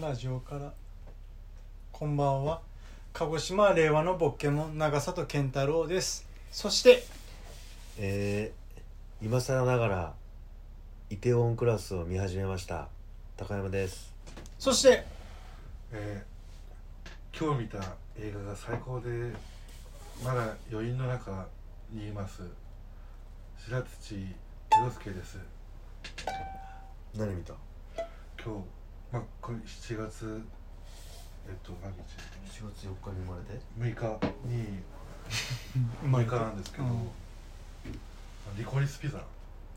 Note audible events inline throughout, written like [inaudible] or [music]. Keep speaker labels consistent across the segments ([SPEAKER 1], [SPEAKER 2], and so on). [SPEAKER 1] ラジオからこんばんは鹿児島令和のボッケモン長里健太郎ですそして
[SPEAKER 2] えー、今更ながらイテウォンクラスを見始めました高山です
[SPEAKER 1] そして
[SPEAKER 3] えー今日見た映画が最高でまだ余韻の中にいます白土洋介です
[SPEAKER 2] 何見た
[SPEAKER 3] 今日まあこれ7月えっと何日
[SPEAKER 2] 4月4日に生まれて
[SPEAKER 3] 6日
[SPEAKER 2] [laughs]
[SPEAKER 3] に
[SPEAKER 1] 生
[SPEAKER 3] 6日なんですけど、
[SPEAKER 1] うん
[SPEAKER 3] リコリスピザ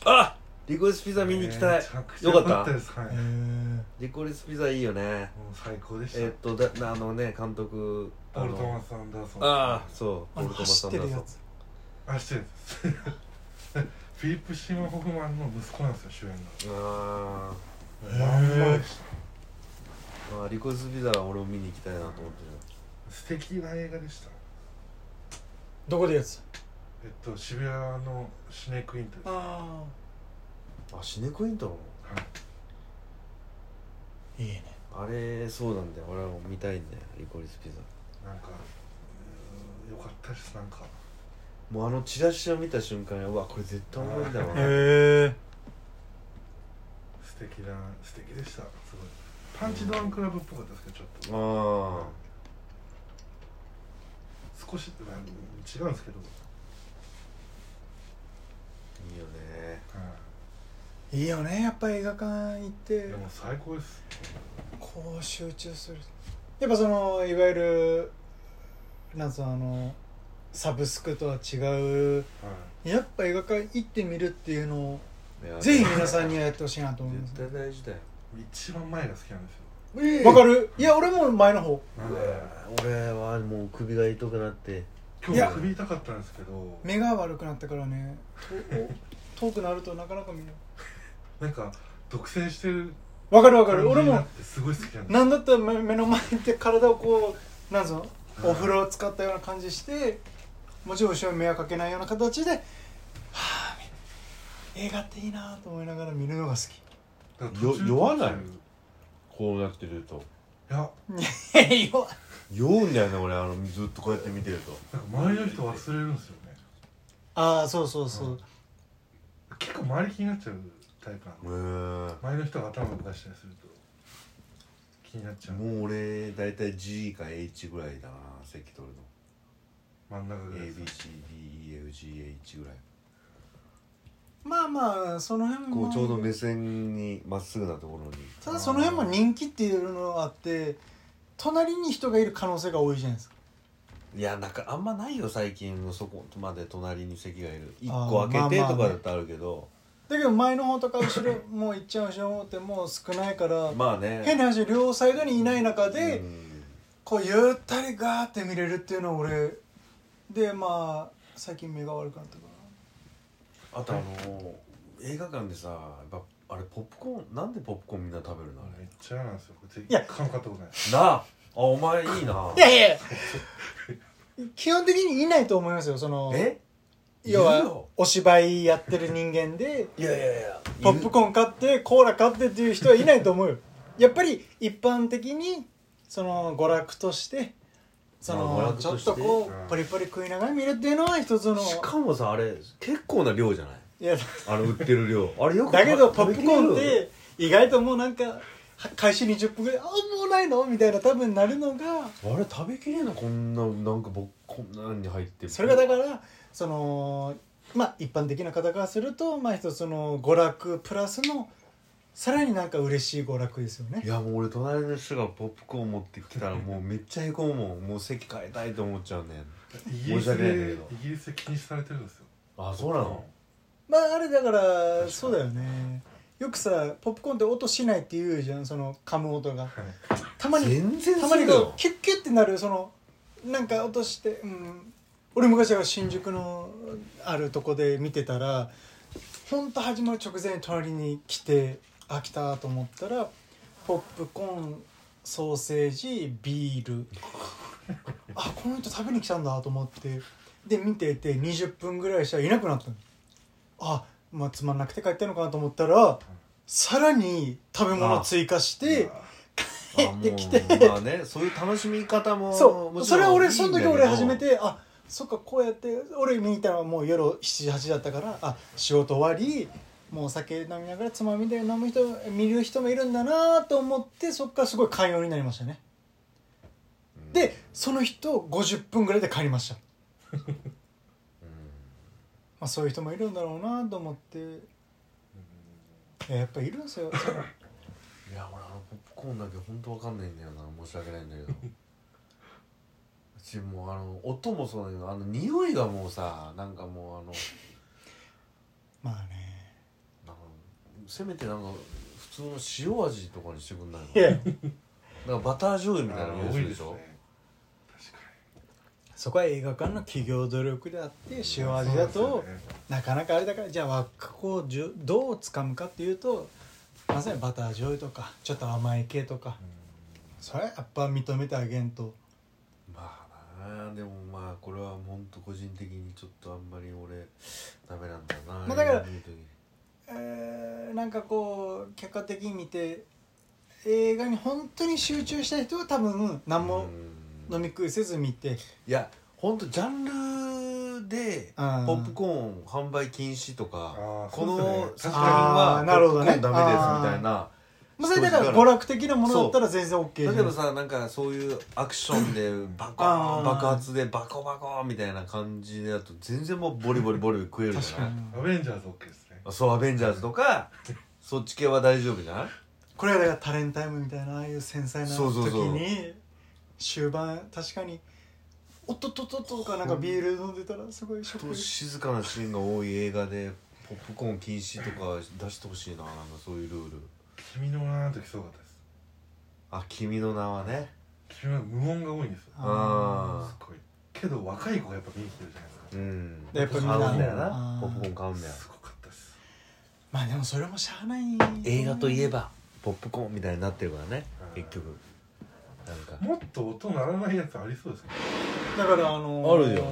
[SPEAKER 2] あリコリスピザ見に行きたい、
[SPEAKER 3] めちゃくちゃ良かったですはい、
[SPEAKER 1] え
[SPEAKER 3] もう
[SPEAKER 1] ー
[SPEAKER 2] リコリスピザいいよね
[SPEAKER 3] 最高でした、
[SPEAKER 2] えーっとだあのね監督
[SPEAKER 3] ポ
[SPEAKER 2] あ
[SPEAKER 3] ール・
[SPEAKER 2] の
[SPEAKER 3] トマス・アンダーソン
[SPEAKER 2] ああそう
[SPEAKER 1] あの
[SPEAKER 2] ポールトマス
[SPEAKER 1] 走ってるやつ
[SPEAKER 3] あ失礼です [laughs] フィリップ・シーマン・ホフマンの息子なんですよ主演が
[SPEAKER 2] アンダ
[SPEAKER 1] へ
[SPEAKER 2] ーソンあ
[SPEAKER 1] え
[SPEAKER 3] まんまでした
[SPEAKER 2] ーあーリコリスピザは俺も見に行きたいなと思ってる
[SPEAKER 3] 素敵な映画でした
[SPEAKER 1] どこでやつ
[SPEAKER 3] えっと渋谷のシネクイントですは
[SPEAKER 1] あ
[SPEAKER 2] あシネクイントの
[SPEAKER 1] あ
[SPEAKER 3] い
[SPEAKER 1] いいね
[SPEAKER 2] あれそうなんだよ俺はもう見たいんだよリコリスピザ
[SPEAKER 3] なんかうーんよかったですなんか
[SPEAKER 2] もうあのチラシを見た瞬間にうわこれ絶対思いだわ
[SPEAKER 3] あ
[SPEAKER 1] へ
[SPEAKER 3] ー
[SPEAKER 1] え
[SPEAKER 3] 素敵な素敵でしたすごいパンチドランクラブっぽかったですけどちょっと
[SPEAKER 2] あ
[SPEAKER 3] 少しまあ違うんですけど、
[SPEAKER 2] ーいいよね
[SPEAKER 3] はい
[SPEAKER 1] いよねやっぱ映画館行っ
[SPEAKER 3] い
[SPEAKER 1] て
[SPEAKER 3] でも最高です
[SPEAKER 1] こう集中するやっぱそのいわゆるなんつうのあのサブスクとは違う
[SPEAKER 3] はい
[SPEAKER 1] やっぱ映画館行ってみるっていうのを
[SPEAKER 2] いや
[SPEAKER 1] ぜひ皆さんにはやってほしいなと思います
[SPEAKER 2] 絶対大事だよ
[SPEAKER 3] 一番前が好きなんですよ
[SPEAKER 1] わかるいや俺も前の方
[SPEAKER 3] なん
[SPEAKER 2] う
[SPEAKER 3] で
[SPEAKER 2] わ俺はもう首が痛くなって
[SPEAKER 3] 今
[SPEAKER 1] いや
[SPEAKER 3] 日首痛かったんですけど
[SPEAKER 1] 目が悪くなったからねと遠くなるとなかなか見ない
[SPEAKER 3] なんか独占してる
[SPEAKER 1] わかるわか
[SPEAKER 3] 感
[SPEAKER 1] る
[SPEAKER 3] じ
[SPEAKER 1] 俺
[SPEAKER 3] にな
[SPEAKER 1] も
[SPEAKER 3] ってすごい好きなんです
[SPEAKER 1] なんだったら目目の前で体をこうなんぞ
[SPEAKER 3] うん
[SPEAKER 1] お風呂を使ったような感じしてもちろん後ろに迷惑かけないような形ではあ映画っていいなと思いながら見るのが好
[SPEAKER 3] だから途
[SPEAKER 2] よ
[SPEAKER 3] 中
[SPEAKER 2] 酔わない
[SPEAKER 3] 途中
[SPEAKER 2] こうなってると
[SPEAKER 3] いや
[SPEAKER 1] き [laughs] 弱い
[SPEAKER 2] 酔うんだよね俺あのずっとこうやって見てると
[SPEAKER 3] なんか周りの人忘れるんですよね
[SPEAKER 1] ああそうそうそう
[SPEAKER 3] 結構周り気になっちゃうタイプなんで
[SPEAKER 2] へえ
[SPEAKER 3] 前の人が頭を動かしたりすると気になっちゃう
[SPEAKER 2] もう俺大体 G か H ぐらいだな席取るの
[SPEAKER 3] 真ん中ぐらいです
[SPEAKER 2] ABCDEFGH ぐらい
[SPEAKER 1] まあまあその辺
[SPEAKER 2] こ
[SPEAKER 1] も
[SPEAKER 2] うちょうど目線にまっすぐなところに
[SPEAKER 1] ただその辺も人気っていうのがあって隣に人がいる可能性が多いじゃないですか
[SPEAKER 2] いやなんかあんまないよ最近のそこまで隣に席がいる一
[SPEAKER 1] あー
[SPEAKER 2] 個開けて
[SPEAKER 1] ま
[SPEAKER 2] と
[SPEAKER 1] あまあね
[SPEAKER 2] かだってあるけど
[SPEAKER 1] だけど前の方とか後ろもう行っちゃう後ろの方ってもう少ないから
[SPEAKER 2] まあね
[SPEAKER 1] 変な話両サイドにいない中で
[SPEAKER 2] うん
[SPEAKER 1] こうゆったりガーって見れるっていうのは俺でまあ最近目が悪くなったか
[SPEAKER 2] あとあの映画館でさやっぱあれポップコーンなんでポップコーンみんな食べるのあ
[SPEAKER 3] め
[SPEAKER 2] れ
[SPEAKER 3] っちゃ嫌なんですよこれ
[SPEAKER 1] いや
[SPEAKER 3] 一回も買ったことない
[SPEAKER 2] なああお前いいな
[SPEAKER 1] らいやいや基本的にいないと思いますよその
[SPEAKER 2] え
[SPEAKER 1] 要はい
[SPEAKER 2] るよ
[SPEAKER 1] お芝居やってる人間で
[SPEAKER 2] いやいやいや
[SPEAKER 1] ポップコーン買ってコーラ買ってっていう人はいないと思うよ [laughs] やっぱり一般的にその娯楽としてそ
[SPEAKER 2] まあ娯
[SPEAKER 1] の
[SPEAKER 2] 楽
[SPEAKER 1] ちょ
[SPEAKER 2] と
[SPEAKER 1] っ
[SPEAKER 2] して
[SPEAKER 1] とこ
[SPEAKER 3] うん
[SPEAKER 1] うパリパリ食いながら見るっていうのは一つの
[SPEAKER 2] しかもさあれ結構な量じゃない
[SPEAKER 1] い [laughs] や
[SPEAKER 2] あの売ってる量あれよく
[SPEAKER 1] だけどポ
[SPEAKER 2] 食べ
[SPEAKER 1] ップ
[SPEAKER 2] き
[SPEAKER 1] コ
[SPEAKER 2] れる
[SPEAKER 1] ーンって意外ともうなんかは開始20分ぐらい「あもうないの?」みたいな多分なるのが
[SPEAKER 2] あれ食べきれんのこんななんか僕こんなんに入って
[SPEAKER 1] それがだかららそのまあ一般的な方からするとまあ一つの娯楽プラスのさらになんか嬉しい娯楽ですよね
[SPEAKER 2] いやもう俺隣の人がポップコーン持ってきたらもうめっちゃへこむもんもう席変えたいと思っちゃうねん
[SPEAKER 3] イギ
[SPEAKER 2] 申
[SPEAKER 3] リ
[SPEAKER 2] し
[SPEAKER 3] ス
[SPEAKER 2] 訳ないんだ
[SPEAKER 3] で
[SPEAKER 2] けど
[SPEAKER 3] イギリスで禁止されてるんですよ
[SPEAKER 2] あそうなの
[SPEAKER 1] まああれだから
[SPEAKER 3] に
[SPEAKER 1] そうだよねよくさポップコーンって音しないって言うじゃんその噛む音が
[SPEAKER 3] はい
[SPEAKER 1] たまに
[SPEAKER 2] 全然
[SPEAKER 1] たまにこう
[SPEAKER 2] よ
[SPEAKER 1] キュッキュッってなるそのなんか落として、うん、俺昔は新宿のあるとこで見てたらほんと始まる直前に隣に来て飽きたと思ったらポップコーンソーセージビールあこの人食べに来たんだと思ってで見てて20分ぐらいしたらいなくなったのあまあつまんなくて帰ったのかなと思ったらさらに食べ物追加して
[SPEAKER 3] うわ
[SPEAKER 1] てできて
[SPEAKER 2] まあねそういう楽しみ方も
[SPEAKER 1] そう
[SPEAKER 2] もち
[SPEAKER 1] そ
[SPEAKER 2] ろん
[SPEAKER 1] れは俺
[SPEAKER 2] いいんだ
[SPEAKER 1] その
[SPEAKER 2] け
[SPEAKER 1] 時
[SPEAKER 2] ど
[SPEAKER 1] 俺初めてあそっかこうやって俺見たらもう夜7時8時だったからあ仕事終わりもうお酒飲みながらつまみで飲む人見る人もいるんだなと思ってそっからすごい寛容になりましたね
[SPEAKER 2] うん
[SPEAKER 1] でその人50分ぐらいで帰りま
[SPEAKER 2] [laughs]
[SPEAKER 1] した、まあ、そういう人もいるんだろうなと思っていややっぱいるんです
[SPEAKER 2] [laughs]
[SPEAKER 1] よその
[SPEAKER 2] いや俺あのポップコーンだけ本当わかんないんだよな申し訳ないんだけどうちもうあの音もそうだけどあの匂いがもうさなんかもうあの
[SPEAKER 1] まあね
[SPEAKER 2] なんかせめてなんか普通の塩味とかにしてくんない
[SPEAKER 1] いや
[SPEAKER 2] のなんかバター醤油みたいな匂いするでしょ
[SPEAKER 3] 確か
[SPEAKER 1] そこは映画館の企業努力であって
[SPEAKER 2] ん
[SPEAKER 1] 塩
[SPEAKER 3] に
[SPEAKER 1] 味だと
[SPEAKER 3] そうですよね
[SPEAKER 1] なかなかあれだからじゃあ輪っかをじゅどうつかむかっていうとまさにバター醤油とかちょっと甘い系とかそれはやっぱ認めてあげんと
[SPEAKER 2] まあなあでもまあこれは本当個人的にちょっとあんまり俺ダメなんだな、
[SPEAKER 1] まあだから
[SPEAKER 2] 映画見る時
[SPEAKER 1] えーなんかこう結果的に見て映画に本当に集中したい人は多分何も
[SPEAKER 2] うん
[SPEAKER 1] 飲み食いせず見て
[SPEAKER 2] いや本当ジャンルでポ
[SPEAKER 1] あー
[SPEAKER 2] ップコーン販売禁止と
[SPEAKER 3] あ
[SPEAKER 2] か
[SPEAKER 3] ー
[SPEAKER 2] こ
[SPEAKER 3] そう
[SPEAKER 2] の
[SPEAKER 3] です
[SPEAKER 2] 作
[SPEAKER 3] ね
[SPEAKER 2] 品
[SPEAKER 1] あ
[SPEAKER 2] は
[SPEAKER 1] ー
[SPEAKER 2] ポ
[SPEAKER 1] なる
[SPEAKER 2] ッ
[SPEAKER 1] ほ
[SPEAKER 2] プ
[SPEAKER 1] ど
[SPEAKER 2] コーン
[SPEAKER 1] ね
[SPEAKER 2] ダメですみたいな
[SPEAKER 1] まあそれだから娯楽的なものだったら全然 OK じゃ
[SPEAKER 2] 例
[SPEAKER 1] ん
[SPEAKER 2] えばさなんかそういうアクションでバコー
[SPEAKER 1] あー
[SPEAKER 2] ン爆発でバコバコみたいな感じだと全然もうボリボリボリボリ食えるじ
[SPEAKER 1] 確
[SPEAKER 2] ゃな
[SPEAKER 1] か
[SPEAKER 2] い
[SPEAKER 1] に
[SPEAKER 3] アベンジャーズ OK ですね
[SPEAKER 2] そうアベンジャーズとかそっち系は大丈夫じゃん
[SPEAKER 1] これがだからタレンタイムみたいなああいう繊細な時に
[SPEAKER 2] そうそうそう
[SPEAKER 1] 終盤確かにおっとっとっとっとかなんかビール飲んでたらすごいショッ
[SPEAKER 2] と
[SPEAKER 1] ク
[SPEAKER 2] 静かなシーンが多い映画でポップコーン禁止とか出してほしいななんかそういうルール
[SPEAKER 3] 君の名の時すごかったです
[SPEAKER 2] あ君の名はね
[SPEAKER 3] 君は無音が多いんですよす
[SPEAKER 1] あ
[SPEAKER 2] あ
[SPEAKER 3] ごいけど若い子がやっぱ見に来てるじゃないですか
[SPEAKER 2] うん
[SPEAKER 1] やっぱみんな
[SPEAKER 2] 買うんだよ
[SPEAKER 1] あ
[SPEAKER 2] な
[SPEAKER 1] ー
[SPEAKER 2] ポップコーン買うんだよ
[SPEAKER 3] すごかったです
[SPEAKER 1] まあでもそれもしゃあない
[SPEAKER 2] 映画といえ
[SPEAKER 1] ば
[SPEAKER 2] ばポップコーンみたいになってるからね
[SPEAKER 3] うん
[SPEAKER 2] 結局なんか
[SPEAKER 3] もっと音鳴らないやつありそうですけ
[SPEAKER 1] だからあのー
[SPEAKER 2] あるよ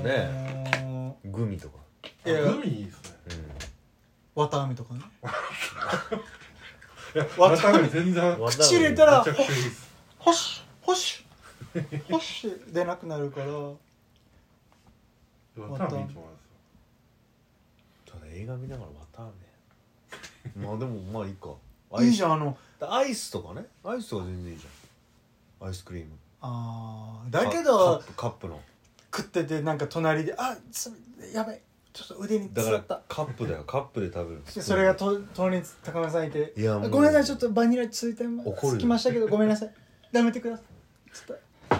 [SPEAKER 2] グミとか
[SPEAKER 1] いや
[SPEAKER 3] どグミいいですね
[SPEAKER 2] う
[SPEAKER 1] 綿あめとかね
[SPEAKER 3] いや
[SPEAKER 1] わた
[SPEAKER 3] た全然
[SPEAKER 2] んわざわざ
[SPEAKER 1] [laughs] 口入れたら
[SPEAKER 3] めちゃくちゃいいです
[SPEAKER 1] ほしほしほし出なくなるから
[SPEAKER 3] わたあめいいと思いますよ
[SPEAKER 2] ただ映画見ながらまたね
[SPEAKER 1] [laughs]
[SPEAKER 2] まあでもまあいいか
[SPEAKER 1] いいじゃんあの
[SPEAKER 2] ゃんアイスとかねアイスとか全然いいじゃんアイスクリーム
[SPEAKER 1] あーだけ
[SPEAKER 2] カ
[SPEAKER 1] ど
[SPEAKER 2] ップカップの
[SPEAKER 1] 食っててなんか隣であつやべちょっと腕につ
[SPEAKER 2] だか
[SPEAKER 1] っ
[SPEAKER 2] ら
[SPEAKER 1] た
[SPEAKER 2] カップだよカップで食べる
[SPEAKER 1] で [laughs] それがと隣に高村さんいて
[SPEAKER 2] いやもう
[SPEAKER 1] ごめんなさいちょっとバニラついて
[SPEAKER 2] 怒る
[SPEAKER 1] つ
[SPEAKER 2] よ
[SPEAKER 1] きましたけどごめんなさいやめてくださいちょっと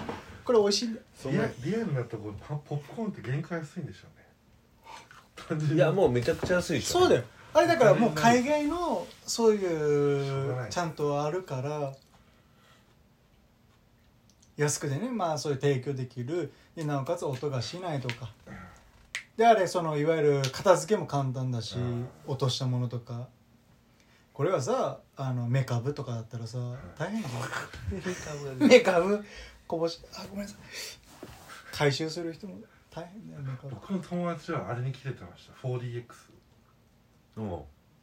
[SPEAKER 1] これ美味しいんで
[SPEAKER 2] そん
[SPEAKER 3] リ
[SPEAKER 2] な
[SPEAKER 3] アリアルなところパポップコーンって限界安いんでしょうね単純
[SPEAKER 2] い
[SPEAKER 3] に
[SPEAKER 2] やもうめちゃくちゃ安いでしょ
[SPEAKER 1] そうだよあれだからもう海外のそういうちゃんとあるから安くでねまあそういう提供できるでなおかつ音がしないとかであれそのいわゆる片付けも簡単だし
[SPEAKER 3] うん
[SPEAKER 1] 落としたものとかこれはさあのメカブとかだったらさ大変なのメカブこぼしあごめんなさい回収する人も大変だよメカブ
[SPEAKER 3] 僕の友達はあれに切れてました 4DX
[SPEAKER 2] うん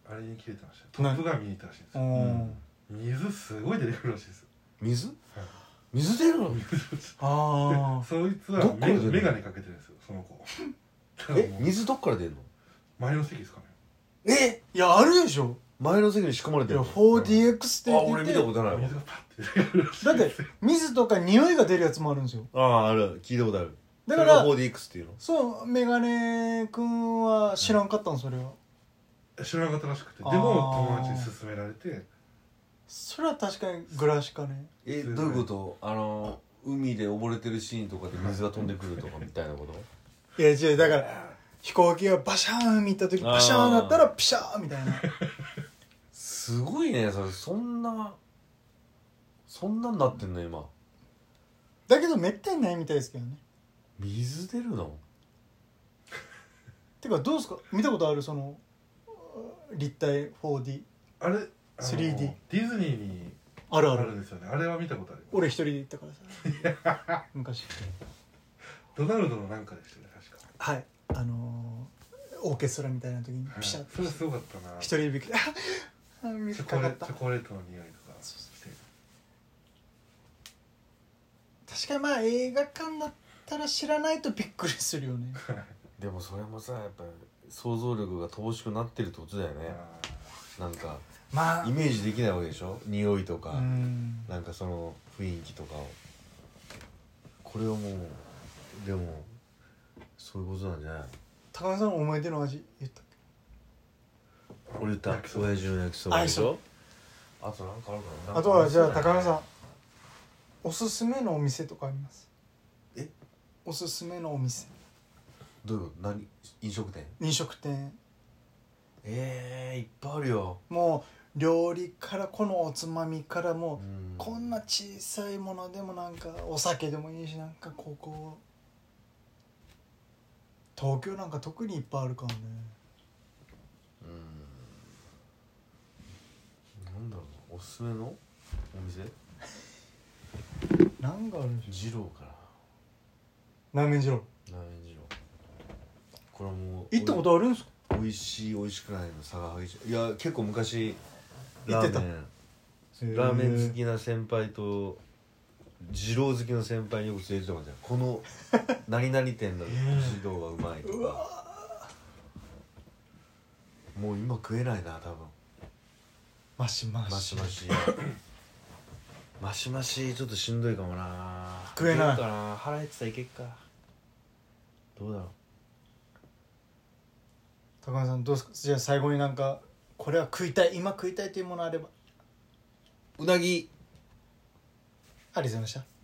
[SPEAKER 3] あれに切れてましたトップガン見に行ったらしいんです
[SPEAKER 1] う
[SPEAKER 3] よ
[SPEAKER 1] ん
[SPEAKER 3] 水すごい出てくるらしいですよ
[SPEAKER 2] 水水出るの
[SPEAKER 1] ああ
[SPEAKER 3] そいつ
[SPEAKER 2] ど
[SPEAKER 3] は
[SPEAKER 2] っから出
[SPEAKER 3] メ
[SPEAKER 2] るの
[SPEAKER 3] メガネかけてるんですよその子だか
[SPEAKER 2] [laughs]
[SPEAKER 3] ら
[SPEAKER 2] え
[SPEAKER 3] もう
[SPEAKER 2] 水どっから出るの
[SPEAKER 3] 前の席ですかね
[SPEAKER 2] え
[SPEAKER 1] いやあるでしょ
[SPEAKER 2] 前の席に仕込まれ
[SPEAKER 1] い
[SPEAKER 2] てる
[SPEAKER 1] や
[SPEAKER 2] の
[SPEAKER 1] 4DX って
[SPEAKER 2] あ俺
[SPEAKER 1] 言
[SPEAKER 2] 見たこ
[SPEAKER 1] って
[SPEAKER 2] とないわ
[SPEAKER 3] 水がパッて出てくるらしい
[SPEAKER 1] だって水とか匂いが出るやつもあるんですよ
[SPEAKER 2] ああある聞いたことある
[SPEAKER 1] だから
[SPEAKER 2] それが 4DX っていうの
[SPEAKER 1] そうメガネくんは知らんかったのそれは
[SPEAKER 3] 知らなかったらしくてで
[SPEAKER 1] あー
[SPEAKER 3] も友達に勧められて
[SPEAKER 1] それは確かにグラしかね
[SPEAKER 2] え
[SPEAKER 3] すごい
[SPEAKER 2] どういうことあの海で溺れてるシーンとかで水が飛んでくるとかみたいなこと
[SPEAKER 1] いや違うだから飛行機がバシャーン見た時バシャーンだったらピシャーンみたいな
[SPEAKER 2] すごいねそれそんなそんなんなってんの今
[SPEAKER 1] だけどめったにないみたいですけどね
[SPEAKER 2] 水出るの
[SPEAKER 1] てかどうですか見たことあるその立体 4D
[SPEAKER 3] あれあの
[SPEAKER 1] 3D
[SPEAKER 3] ディズニーに
[SPEAKER 1] ある
[SPEAKER 3] あ
[SPEAKER 1] あ
[SPEAKER 3] るん
[SPEAKER 1] る
[SPEAKER 3] ですよねあれは見たことある
[SPEAKER 1] 俺一人で行ったからさ昔
[SPEAKER 3] ドナルドのなんかでしたね確か
[SPEAKER 1] はいあのーオーケストラみたいな時にピシャッ
[SPEAKER 3] はいそれすごかったな
[SPEAKER 1] 一人指く [laughs] あ水
[SPEAKER 3] チョ
[SPEAKER 1] か
[SPEAKER 3] コレ
[SPEAKER 1] か
[SPEAKER 3] ー
[SPEAKER 1] った
[SPEAKER 3] トチョコレートの匂いとか
[SPEAKER 1] そう
[SPEAKER 3] して
[SPEAKER 1] 確かにまあ映画館だったら知らないとびっくりするよね
[SPEAKER 2] でもそれもさやっぱ想像力が乏しくなってるってことだよね
[SPEAKER 3] あ
[SPEAKER 2] なんか
[SPEAKER 1] [laughs] まあ
[SPEAKER 2] イメージできないわけでしょ匂いとか、
[SPEAKER 1] うん
[SPEAKER 2] なんかその雰囲気とかをこれはもうでもそういうことなんじゃない
[SPEAKER 1] 高野さんの思い出の味言ったっけ
[SPEAKER 2] 俺言った
[SPEAKER 3] 焼きそば
[SPEAKER 2] 親父の焼きそばでしょあとなんかあるかな
[SPEAKER 1] あとはじゃあ高野
[SPEAKER 2] 野
[SPEAKER 1] さんおすすめのお店とかあります
[SPEAKER 2] え
[SPEAKER 1] おすすめのお店
[SPEAKER 2] どういうこと何飲食店
[SPEAKER 1] 飲食店
[SPEAKER 2] ええー、いっぱいあるよ
[SPEAKER 1] もう料理からこのおつまみからもう
[SPEAKER 2] うん
[SPEAKER 1] こんな小さいものでもなんかお酒でもいいしなんかここ東京なんか特にいっぱいあるからね
[SPEAKER 2] うんなんだろうおすすめのお店
[SPEAKER 1] 何があるでしょ
[SPEAKER 2] 二郎か
[SPEAKER 1] ラーメン二郎
[SPEAKER 2] なラーメン二郎これも
[SPEAKER 1] 行ったことあるんですか
[SPEAKER 2] と美味しい美味しくないの差が激しいいや結構昔
[SPEAKER 1] 行ってた
[SPEAKER 2] ラーメンラーメン好きな先輩と二郎好きの先輩によく連れてってもらったこ [laughs] の何々店の二郎がうまいとかもう今食えないな多分
[SPEAKER 1] マシマシ
[SPEAKER 2] マシマシマシマシちょっとしんどいかもな
[SPEAKER 1] 食えない
[SPEAKER 2] けるかな腹減ってたらいけっかどうだろう
[SPEAKER 1] 高野さんどうですかじゃあ最後になんかこれは食いたい今食いたいというものあれば
[SPEAKER 2] うなぎ
[SPEAKER 1] ありがとうございました